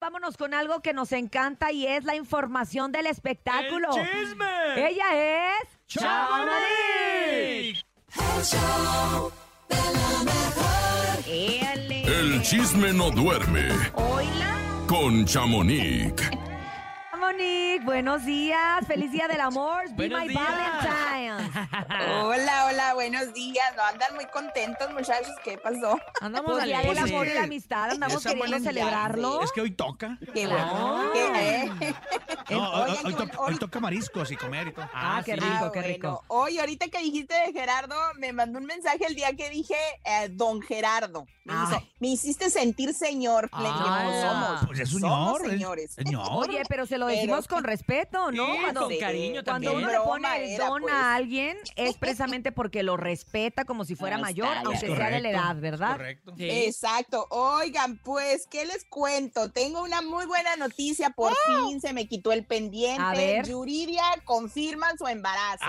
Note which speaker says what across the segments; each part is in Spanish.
Speaker 1: vámonos con algo que nos encanta y es la información del espectáculo.
Speaker 2: ¡El chisme!
Speaker 1: Ella es.
Speaker 2: ¡Chamonix!
Speaker 1: ¡Ele!
Speaker 3: El chisme no duerme
Speaker 1: ¡Hola!
Speaker 3: con Chamonix.
Speaker 1: Monique, buenos días, feliz día del amor, be
Speaker 2: Buenos
Speaker 1: my
Speaker 2: días.
Speaker 1: Valentine.
Speaker 4: Hola, hola, buenos días. No andan muy contentos, muchachos. ¿Qué pasó?
Speaker 2: Andamos
Speaker 1: Pues
Speaker 2: al
Speaker 1: día del
Speaker 2: aire.
Speaker 1: amor y la amistad, andamos
Speaker 5: Es San
Speaker 1: queriendo
Speaker 5: Valentín,
Speaker 1: celebrarlo.
Speaker 5: Es que hoy toca.
Speaker 4: Qué bueno. ¿Qué, eh?
Speaker 5: No, hoy,
Speaker 4: Oigan,
Speaker 5: hoy
Speaker 4: que
Speaker 5: to-
Speaker 4: hoy-
Speaker 5: hoy toca mariscos y comer y todo.
Speaker 1: Ah, qué rico.
Speaker 4: Ah, bueno. Hoy, ahorita que dijiste de Gerardo, me mandó un mensaje el día que dije eh, Don Gerardo. Me,
Speaker 1: Ay.
Speaker 4: hizo- me hiciste sentir señor. Le dije,
Speaker 2: Ah,
Speaker 4: "No somos.
Speaker 5: Pues es un
Speaker 4: Somos
Speaker 5: señor. es-
Speaker 4: señores.
Speaker 5: Señor.
Speaker 1: Oye, pero se lo
Speaker 4: Pero-
Speaker 1: decimos con respeto, ¿no?
Speaker 2: Sí,
Speaker 1: Cuando,
Speaker 2: con cariño
Speaker 1: cuando
Speaker 2: también.
Speaker 1: uno le
Speaker 4: Broma
Speaker 1: pone el
Speaker 4: era,
Speaker 1: don
Speaker 4: pues.
Speaker 1: a alguien es precisamente porque lo respeta como si fuera
Speaker 4: Ah,
Speaker 1: mayor,
Speaker 4: está, ya.
Speaker 1: aunque sea de la edad, ¿verdad?
Speaker 5: Correcto.
Speaker 2: Sí.
Speaker 4: Exacto. Oigan, pues, ¿qué les cuento? Tengo una muy buena noticia. Por fin se me quitó el pendiente.
Speaker 1: A ver.
Speaker 4: Yuridia confirma su embarazo.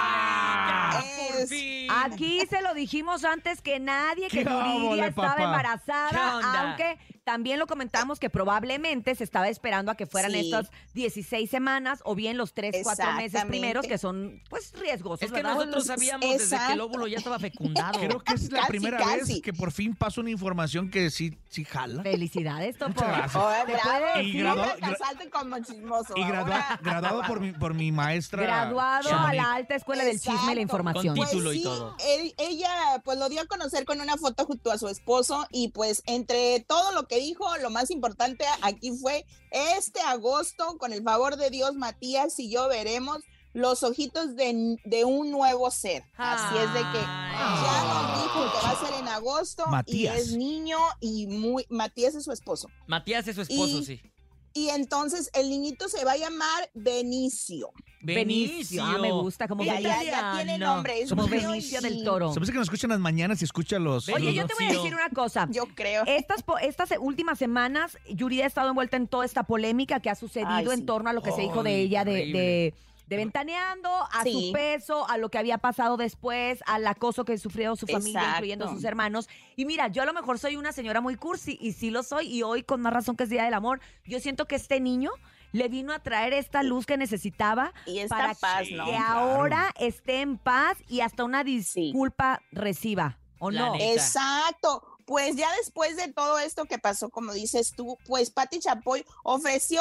Speaker 2: ¡Ah! ya, por
Speaker 4: Es-
Speaker 2: fin.
Speaker 1: Aquí se lo dijimos antes que nadie, que
Speaker 5: ¿Qué
Speaker 1: Yuridia
Speaker 5: óvole,
Speaker 1: estaba
Speaker 5: papá?
Speaker 2: ¿Qué
Speaker 1: embarazada,
Speaker 2: onda?
Speaker 1: aunque también lo comentamos que probablemente se estaba esperando a que fueran
Speaker 4: Sí.
Speaker 1: estas 16 semanas o bien los 3, 4 meses
Speaker 4: Exactamente.
Speaker 1: primeros, que son pues riesgosos,
Speaker 2: Es que
Speaker 1: ¿verdad?
Speaker 2: nosotros sabíamos desde que el
Speaker 4: Exacto.
Speaker 2: óvulo ya estaba fecundado.
Speaker 5: Creo que es la
Speaker 4: Casi,
Speaker 5: primera
Speaker 4: casi.
Speaker 5: vez que por fin pasa una información que sí, sí jala.
Speaker 1: Felicidades, Topo.
Speaker 5: gracias.
Speaker 4: Oh,
Speaker 1: ¿Te
Speaker 4: bravo.
Speaker 1: puede
Speaker 5: Y
Speaker 1: decir?
Speaker 5: graduado-
Speaker 4: Siempre te asaltan como chismoso.
Speaker 5: Y gradua-
Speaker 4: Ahora-
Speaker 5: graduado por mi, por mi maestra.
Speaker 1: Graduado a
Speaker 5: Chamonix.
Speaker 1: la alta escuela del chisme y la
Speaker 4: Exacto.
Speaker 1: información.
Speaker 2: Con
Speaker 4: Pues
Speaker 2: título y
Speaker 4: sí,
Speaker 2: todo.
Speaker 4: él- ella pues lo dio a conocer con una foto junto a su esposo y pues entre todo lo que dijo, lo más importante aquí fue este agosto, con el favor de Dios, Matías y yo veremos los ojitos de, de un nuevo ser. Así es de que ya nos dijo que va a ser en agosto
Speaker 5: Matías.
Speaker 4: y es niño y muy Matías es su esposo.
Speaker 2: Matías es su esposo,
Speaker 4: Y-
Speaker 2: sí.
Speaker 4: Y entonces el niñito se va a llamar Benicio.
Speaker 1: Benicio. Ah, me gusta como
Speaker 4: Ya, ya, ya tiene
Speaker 2: Italiano.
Speaker 4: nombre, es
Speaker 1: Como
Speaker 5: Somos
Speaker 4: niño
Speaker 1: Benicio
Speaker 4: y-
Speaker 1: del Toro.
Speaker 5: Se me hace que nos escuchan las mañanas y escucha los.
Speaker 1: Oye,
Speaker 5: los-
Speaker 1: yo te voy a decir una cosa.
Speaker 4: Yo creo.
Speaker 1: Estas, po- estas últimas semanas, Yuri ha estado envuelta en toda esta polémica que ha sucedido
Speaker 4: Ay, sí.
Speaker 1: en torno a lo que se dijo de
Speaker 2: Ay,
Speaker 1: ella, de,
Speaker 2: horrible.
Speaker 1: de- de ventaneando, a
Speaker 4: Sí.
Speaker 1: su peso, a lo que había pasado después, al acoso que sufrió su familia,
Speaker 4: Exacto.
Speaker 1: incluyendo sus hermanos. Y mira, yo a lo mejor soy una señora muy cursi, y sí lo soy, y hoy con más razón que es Día del Amor, yo siento que este niño le vino a traer esta luz que necesitaba
Speaker 4: Y esta
Speaker 1: para
Speaker 4: paz,
Speaker 1: que
Speaker 4: ¿no?
Speaker 1: ahora esté en paz y hasta una disculpa reciba, ¿o
Speaker 2: La
Speaker 1: no?
Speaker 2: neta.
Speaker 4: Exacto. Pues ya después de todo esto que pasó, como dices tú, pues Patti Chapoy ofreció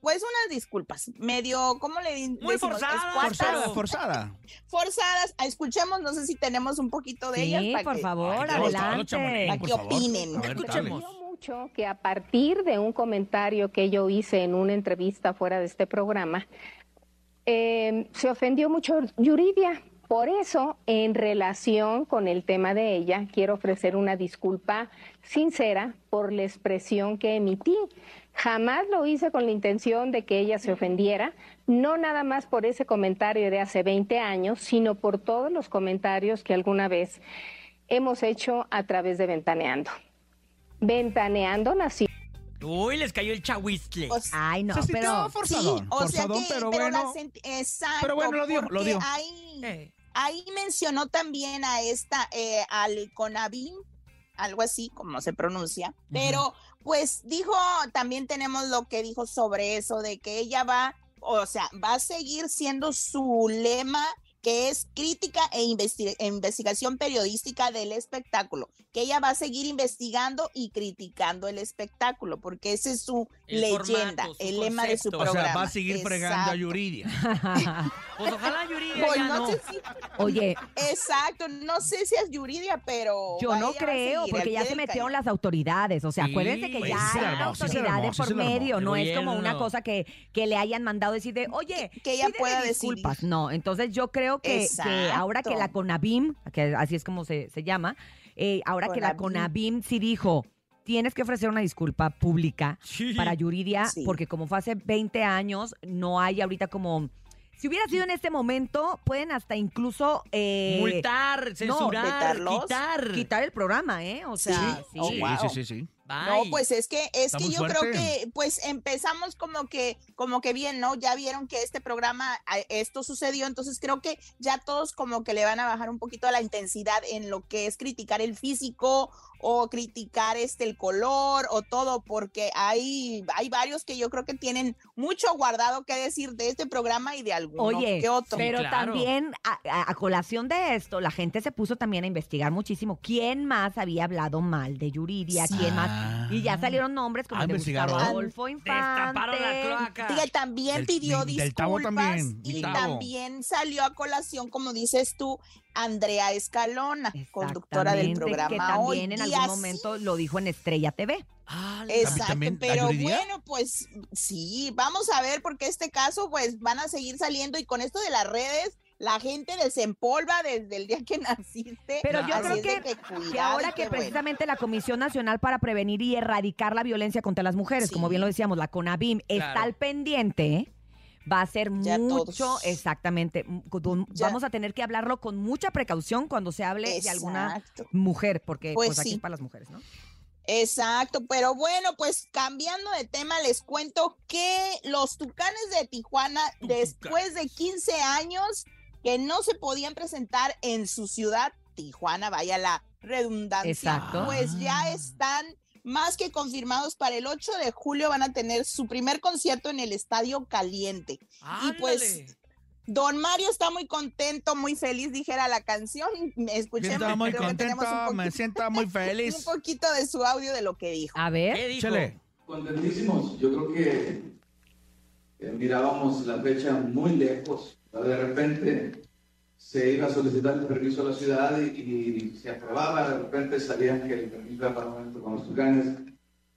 Speaker 4: pues unas disculpas, medio, ¿cómo le di-
Speaker 2: Muy
Speaker 4: decimos?
Speaker 2: forzadas,
Speaker 4: Escuátalas.
Speaker 5: Forzada,
Speaker 2: Claro.
Speaker 5: forzada.
Speaker 4: Forzadas. Ah, Escuchemos, no sé si tenemos un poquito de ellas
Speaker 1: Sí,
Speaker 4: para
Speaker 1: por
Speaker 4: que-
Speaker 1: favor,
Speaker 5: Ay, Dios, todo,
Speaker 1: adelante.
Speaker 5: Chamonix,
Speaker 4: Para
Speaker 5: por
Speaker 4: que
Speaker 5: favor.
Speaker 4: opinen.
Speaker 5: A ver, dale.
Speaker 2: Escuchemos.
Speaker 6: Creo mucho que a partir de un comentario que yo hice en una entrevista fuera de este programa, eh, se ofendió mucho Yuridia. Por eso, en relación con el tema de ella, quiero ofrecer una disculpa sincera por la expresión que emití. Jamás lo hice con la intención de que ella se ofendiera, no nada más por ese comentario de hace 20 años, sino por todos los comentarios que alguna vez hemos hecho a través de Ventaneando. Ventaneando nació.
Speaker 2: Uy, les cayó el chahuistle.
Speaker 4: O sea,
Speaker 1: Ay, no,
Speaker 5: O sea, sí
Speaker 1: pero...
Speaker 5: estaba
Speaker 4: sí,
Speaker 5: forzadón.
Speaker 4: o sea
Speaker 5: forzadón,
Speaker 4: que,
Speaker 5: pero,
Speaker 4: pero
Speaker 5: bueno.
Speaker 4: las ent- exacto,
Speaker 5: pero bueno, lo dio, lo
Speaker 4: porque
Speaker 5: dio.
Speaker 4: Ahí,
Speaker 2: Eh,
Speaker 4: ahí mencionó también a esta, eh, al Conabim, algo así, como se pronuncia, pero pues dijo, también tenemos lo que dijo sobre eso, de que ella va, o sea, va a seguir siendo su lema que es crítica e investi- e investigación periodística del espectáculo, que ella va a seguir investigando y criticando el espectáculo, porque ese es su
Speaker 2: El
Speaker 4: leyenda,
Speaker 2: formato, su
Speaker 4: el lema de su
Speaker 2: concepto.
Speaker 5: O
Speaker 4: programa.
Speaker 5: sea, va a seguir fregando a
Speaker 4: Exacto.
Speaker 5: Yuridia.
Speaker 2: Pues ojalá Yuridia
Speaker 4: Pues
Speaker 2: ya
Speaker 4: no
Speaker 2: no.
Speaker 4: sé si-
Speaker 1: Oye,
Speaker 4: Exacto, no sé si es Yuridia, pero.
Speaker 1: yo
Speaker 4: vaya,
Speaker 1: no
Speaker 4: ella va a
Speaker 1: creo,
Speaker 4: seguir ¿eh?
Speaker 1: porque
Speaker 4: al
Speaker 1: ya
Speaker 4: pie
Speaker 1: se
Speaker 4: del
Speaker 1: metieron
Speaker 4: cañón.
Speaker 1: las autoridades. O sea,
Speaker 2: Sí,
Speaker 1: acuérdense que
Speaker 2: pues,
Speaker 1: ya
Speaker 2: sí se la
Speaker 1: hay
Speaker 2: armó, sí se la
Speaker 1: autoridades
Speaker 5: armó, sí
Speaker 1: por
Speaker 5: se la armó.
Speaker 1: medio.
Speaker 2: El
Speaker 1: No es como una
Speaker 2: gobierno.
Speaker 1: cosa que, que le hayan mandado decir de, oye,
Speaker 4: Que ella
Speaker 1: pídele
Speaker 4: pueda
Speaker 1: disculpas.
Speaker 4: decidir.
Speaker 1: No, entonces yo creo que, que ahora que la
Speaker 4: Exacto.
Speaker 1: CONABIM, que así es como se, se llama, eh, ahora que la
Speaker 4: CONABIM.
Speaker 1: CONABIM sí dijo, tienes que ofrecer una disculpa pública
Speaker 2: Sí.
Speaker 1: para Yuridia,
Speaker 4: Sí.
Speaker 1: porque como fue hace 20 años, no hay ahorita como... Si hubiera sido en este momento, pueden hasta incluso... eh,
Speaker 2: Multar, censurar,
Speaker 4: vetarlos.
Speaker 2: quitar.
Speaker 1: quitar el programa, ¿eh? O sea, sí.
Speaker 4: Oh, wow.
Speaker 5: sí, sí, sí.
Speaker 2: Bye.
Speaker 4: No, pues es que es
Speaker 5: Está
Speaker 4: que
Speaker 5: muy
Speaker 4: yo creo
Speaker 5: fuerte.
Speaker 4: que pues empezamos como que como que bien, ¿no? Ya vieron que este programa a- esto sucedió, entonces creo que ya todos como que le van a bajar un poquito a la intensidad en lo que es criticar el físico o criticar este el color o todo porque hay hay varios que yo creo que tienen mucho guardado que decir de este programa y de alguno
Speaker 1: Oye,
Speaker 4: que otro.
Speaker 1: pero
Speaker 2: claro.
Speaker 1: también a, a- a colación de esto, la gente se puso también a investigar muchísimo quién más había hablado mal de Yuridia, quién más. Y ya salieron nombres como
Speaker 5: Ah,
Speaker 1: el de
Speaker 5: investigaron.
Speaker 1: Gustavo Adolfo
Speaker 2: Destaparon la
Speaker 1: Infante.
Speaker 2: cloaca.
Speaker 4: Diga, también
Speaker 5: Del-
Speaker 4: pidió
Speaker 5: del- del Tavo
Speaker 4: disculpas
Speaker 5: también,
Speaker 4: y
Speaker 5: del Tavo.
Speaker 4: también salió a colación, como dices tú, Andrea Escalona, conductora del
Speaker 1: Exactamente,
Speaker 4: programa
Speaker 1: que también
Speaker 4: hoy.
Speaker 1: en
Speaker 4: Y
Speaker 1: algún
Speaker 4: así-
Speaker 1: momento lo dijo en Estrella TV.
Speaker 2: Ah, la-
Speaker 4: Exacto,
Speaker 5: también, ¿a
Speaker 4: pero
Speaker 5: Yuridia?
Speaker 4: bueno, pues sí, vamos a ver porque este caso pues van a seguir saliendo y con esto de las redes la gente desempolva desde el día que naciste.
Speaker 1: Pero
Speaker 2: yo
Speaker 4: Así
Speaker 2: creo
Speaker 4: es de
Speaker 1: que-
Speaker 4: cuidado
Speaker 1: Que ahora
Speaker 4: y
Speaker 1: que
Speaker 4: qué bueno.
Speaker 1: precisamente la Comisión Nacional para Prevenir y Erradicar la Violencia contra las Mujeres,
Speaker 4: Sí.
Speaker 1: como bien lo decíamos, la CONABIM, está
Speaker 2: Claro.
Speaker 1: al pendiente, ¿eh? va a ser
Speaker 4: Ya
Speaker 1: mucho,
Speaker 4: todos.
Speaker 1: exactamente, m- con-
Speaker 4: Ya.
Speaker 1: vamos a tener que hablarlo con mucha precaución cuando se hable de alguna
Speaker 4: Exacto.
Speaker 1: mujer, porque pues,
Speaker 4: Pues
Speaker 1: aquí
Speaker 4: sí.
Speaker 1: es para las mujeres, ¿no?
Speaker 4: Exacto, pero bueno, pues cambiando de tema, les cuento que los Tucanes de Tijuana,
Speaker 2: Tucanes.
Speaker 4: después de 15 años que no se podían presentar en su ciudad, Tijuana, vaya la redundancia,
Speaker 1: Exacto.
Speaker 4: pues
Speaker 5: Ah.
Speaker 4: ya están más que confirmados para el 8 de julio, van a tener su primer concierto en el Estadio Caliente.
Speaker 2: ándale.
Speaker 4: pues, Don Mario está muy contento, muy feliz, dijera la canción. Me
Speaker 5: Yo
Speaker 4: escuché,
Speaker 5: estaba muy
Speaker 4: creo que tenemos
Speaker 5: contento,
Speaker 4: un
Speaker 5: me
Speaker 4: poquito-
Speaker 5: siento muy
Speaker 4: un
Speaker 5: feliz.
Speaker 4: poquito de su audio de lo que dijo.
Speaker 1: A ver,
Speaker 2: ¿Qué dijo?
Speaker 5: Échale.
Speaker 7: Contentísimos, yo creo que eh, mirábamos la fecha muy lejos. De repente se iba a solicitar el permiso a la ciudad y, y se aprobaba, de repente sabían que el permiso era para un momento con los tucanes,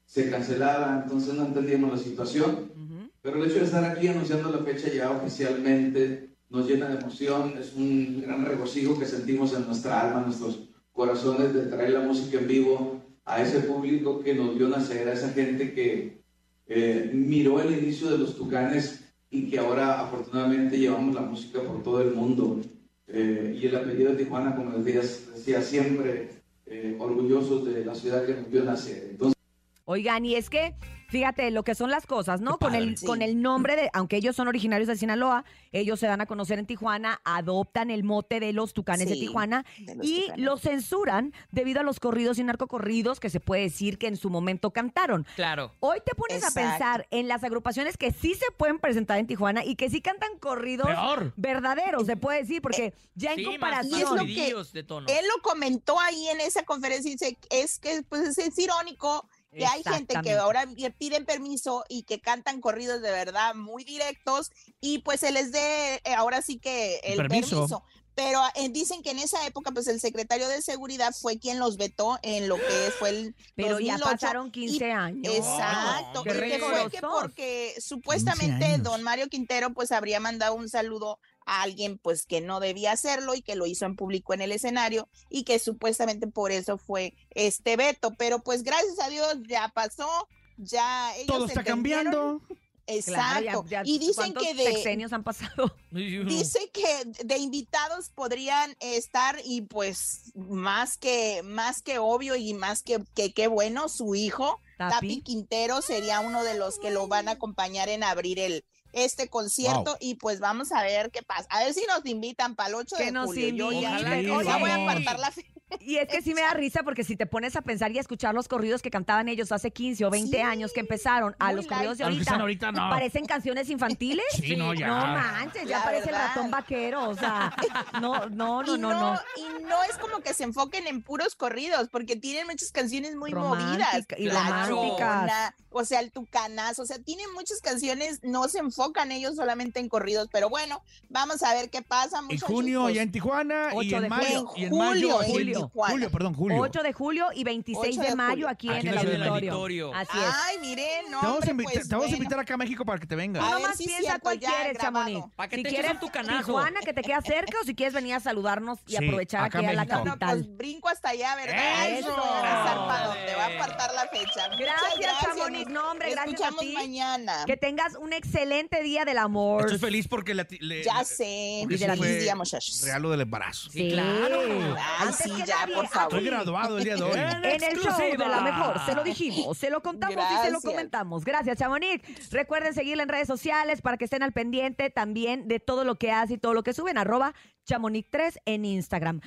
Speaker 7: se cancelaba, entonces no entendíamos la situación.
Speaker 1: Ujú.
Speaker 7: Pero el hecho de estar aquí anunciando la fecha ya oficialmente nos llena de emoción, es un gran regocijo que sentimos en nuestra alma, en nuestros corazones, de traer la música en vivo a ese público que nos vio nacer, a esa gente que eh, miró el inicio de los Tucanes y que ahora afortunadamente llevamos la música por todo el mundo. Eh, y el apellido de Tijuana, como les decía, decía siempre, eh, orgullosos de la ciudad que nos vio nacer. Entonces,
Speaker 1: oigan, y es que, fíjate lo que son las cosas, ¿no?
Speaker 5: Qué
Speaker 1: Con el,
Speaker 4: padre.
Speaker 1: con
Speaker 4: Sí.
Speaker 1: el nombre de, aunque ellos son originarios de Sinaloa, ellos se dan a conocer en Tijuana, adoptan el mote de los Tucanes de
Speaker 4: Sí.
Speaker 1: Tijuana
Speaker 4: de los
Speaker 1: y
Speaker 4: Tucanes.
Speaker 1: lo censuran debido a los corridos y narcocorridos que se puede decir que en su momento cantaron.
Speaker 2: Claro.
Speaker 1: Hoy te pones
Speaker 4: Exacto.
Speaker 1: a pensar en las agrupaciones que sí se pueden presentar en Tijuana y que sí cantan corridos
Speaker 2: Peor.
Speaker 1: verdaderos, se puede decir, porque ya en
Speaker 2: Sí, más,
Speaker 1: comparación...
Speaker 4: Eh, Y es lo que-
Speaker 2: subidillos de tono.
Speaker 4: Él lo comentó ahí en esa conferencia y dice, es que pues es irónico que hay gente que
Speaker 1: Exactamente.
Speaker 4: ahora piden permiso y que cantan corridos de verdad muy directos y pues se les dé eh, ahora sí que el
Speaker 5: permiso.
Speaker 4: permiso. Pero eh, dicen que en esa época pues el secretario de seguridad fue quien los vetó en lo que fue el
Speaker 1: Pero
Speaker 4: 2008.
Speaker 1: ya pasaron 15 años.
Speaker 4: Exacto,
Speaker 2: qué
Speaker 4: y que fue que
Speaker 1: rigorosos.
Speaker 4: porque supuestamente
Speaker 5: años.
Speaker 4: don Mario Quintero pues habría mandado un saludo a alguien pues que no debía hacerlo y que lo hizo en público en el escenario y que supuestamente por eso fue este veto, pero pues gracias a Dios ya pasó, ya ellos
Speaker 5: Todo está
Speaker 4: entendieron.
Speaker 5: cambiando.
Speaker 1: Claro,
Speaker 4: Exacto.
Speaker 1: ya- ya
Speaker 4: y dicen
Speaker 1: cuántos
Speaker 4: que de
Speaker 1: sexenios han pasado.
Speaker 4: dice que de invitados podrían estar y pues más que más que obvio y más que que qué bueno su hijo Tapi
Speaker 1: Tapi.
Speaker 4: Quintero sería uno de los que lo van a acompañar en abrir el este concierto
Speaker 5: Wow.
Speaker 4: y pues vamos a ver qué pasa. A ver si nos invitan para el 8
Speaker 1: Que
Speaker 4: de
Speaker 1: nos
Speaker 4: julio. Yo ya,
Speaker 2: inviten.
Speaker 4: yo ya
Speaker 2: Ojalá
Speaker 4: voy a
Speaker 2: vamos.
Speaker 4: apartar la fe-
Speaker 1: Y es que sí me da risa porque si te pones a pensar y a escuchar los corridos que cantaban ellos hace 15 o 20
Speaker 4: Sí,
Speaker 1: años que empezaron, a
Speaker 4: muy
Speaker 1: los corridos de
Speaker 5: A los que están
Speaker 1: ahorita,
Speaker 5: ahorita no.
Speaker 1: parecen canciones infantiles.
Speaker 5: Sí, no, ya.
Speaker 1: No manches, ya
Speaker 4: La
Speaker 1: parece el
Speaker 4: verdad.
Speaker 1: ratón vaquero, o sea, no, no, no,
Speaker 4: y
Speaker 1: no, no.
Speaker 4: Y no es como que se enfoquen en puros corridos, porque tienen muchas canciones muy movidas.
Speaker 1: Romántica- y
Speaker 4: La
Speaker 1: románticas.
Speaker 4: Llorona, o sea, el tucanazo, o sea, tienen muchas canciones, no se enfocan ellos solamente en corridos, pero bueno, vamos a ver qué pasa.
Speaker 5: En
Speaker 4: muchachos,
Speaker 5: junio
Speaker 4: pues,
Speaker 5: ya en Tijuana y
Speaker 1: Ocho de
Speaker 5: en mayo.
Speaker 4: julio.
Speaker 5: Y en mayo.
Speaker 4: Julio,
Speaker 5: y en-
Speaker 1: julio.
Speaker 5: Julio, perdón, julio.
Speaker 1: 8 de julio y 26
Speaker 4: 8
Speaker 1: de,
Speaker 4: de
Speaker 1: mayo
Speaker 4: julio. Ah,
Speaker 1: aquí,
Speaker 5: Aquí
Speaker 1: en
Speaker 5: en
Speaker 1: el
Speaker 5: el
Speaker 1: auditorio.
Speaker 2: auditorio.
Speaker 1: Así es.
Speaker 4: Ay, miren, no.
Speaker 5: Te vamos, a
Speaker 4: hombre,
Speaker 5: invitar-
Speaker 4: pues,
Speaker 5: te vamos a
Speaker 4: bueno.
Speaker 5: invitar acá a México para que te vengas.
Speaker 4: A
Speaker 1: Tú
Speaker 4: ver
Speaker 1: nomás
Speaker 4: si es
Speaker 1: piensa
Speaker 4: cierto,
Speaker 1: cuál
Speaker 4: ya
Speaker 1: quieres,
Speaker 4: grabado.
Speaker 1: Chamonix.
Speaker 2: Pa' que
Speaker 1: Si
Speaker 2: te eches
Speaker 1: quieres
Speaker 2: un tucanazo.
Speaker 1: Tijuana, que te queda cerca, o si quieres venir a saludarnos y
Speaker 5: Sí,
Speaker 1: aprovechar
Speaker 5: acá
Speaker 1: aquí a la
Speaker 5: México.
Speaker 4: No, no,
Speaker 1: capital.
Speaker 4: pues brinco hasta allá, ¿verdad? Ahí sí voy a
Speaker 1: ¡Eso!
Speaker 4: regresar para donde va a
Speaker 2: Ándale.
Speaker 4: apartar anotar la fecha. Muchas
Speaker 1: Gracias,
Speaker 4: gracias.
Speaker 1: Chamonix.
Speaker 4: Nos
Speaker 1: No, hombre, gracias a
Speaker 4: escuchamos
Speaker 1: ti.
Speaker 4: mañana.
Speaker 1: Que tengas un excelente día del amor.
Speaker 5: Estoy feliz porque la, ti- le,
Speaker 4: Ya
Speaker 5: la-
Speaker 4: sé.
Speaker 5: porque
Speaker 4: Feliz
Speaker 5: eso fue
Speaker 4: día, muchachos.
Speaker 5: Real lo del embarazo.
Speaker 1: Sí.
Speaker 2: Sí, claro.
Speaker 4: Ay,
Speaker 1: Antes
Speaker 4: sí,
Speaker 1: que
Speaker 4: ya,
Speaker 1: nadie,
Speaker 4: por favor.
Speaker 5: Estoy
Speaker 1: aquí,
Speaker 5: graduado el día de hoy.
Speaker 2: En
Speaker 1: En el show de la
Speaker 2: exclusiva.
Speaker 1: mejor, se lo dijimos, se lo contamos y se lo
Speaker 4: Gracias.
Speaker 1: comentamos. Gracias, Chamonix. Recuerden seguirla en redes sociales para que estén al pendiente también de todo lo que hace y todo lo que suben. Arroba Chamonix3 en Instagram.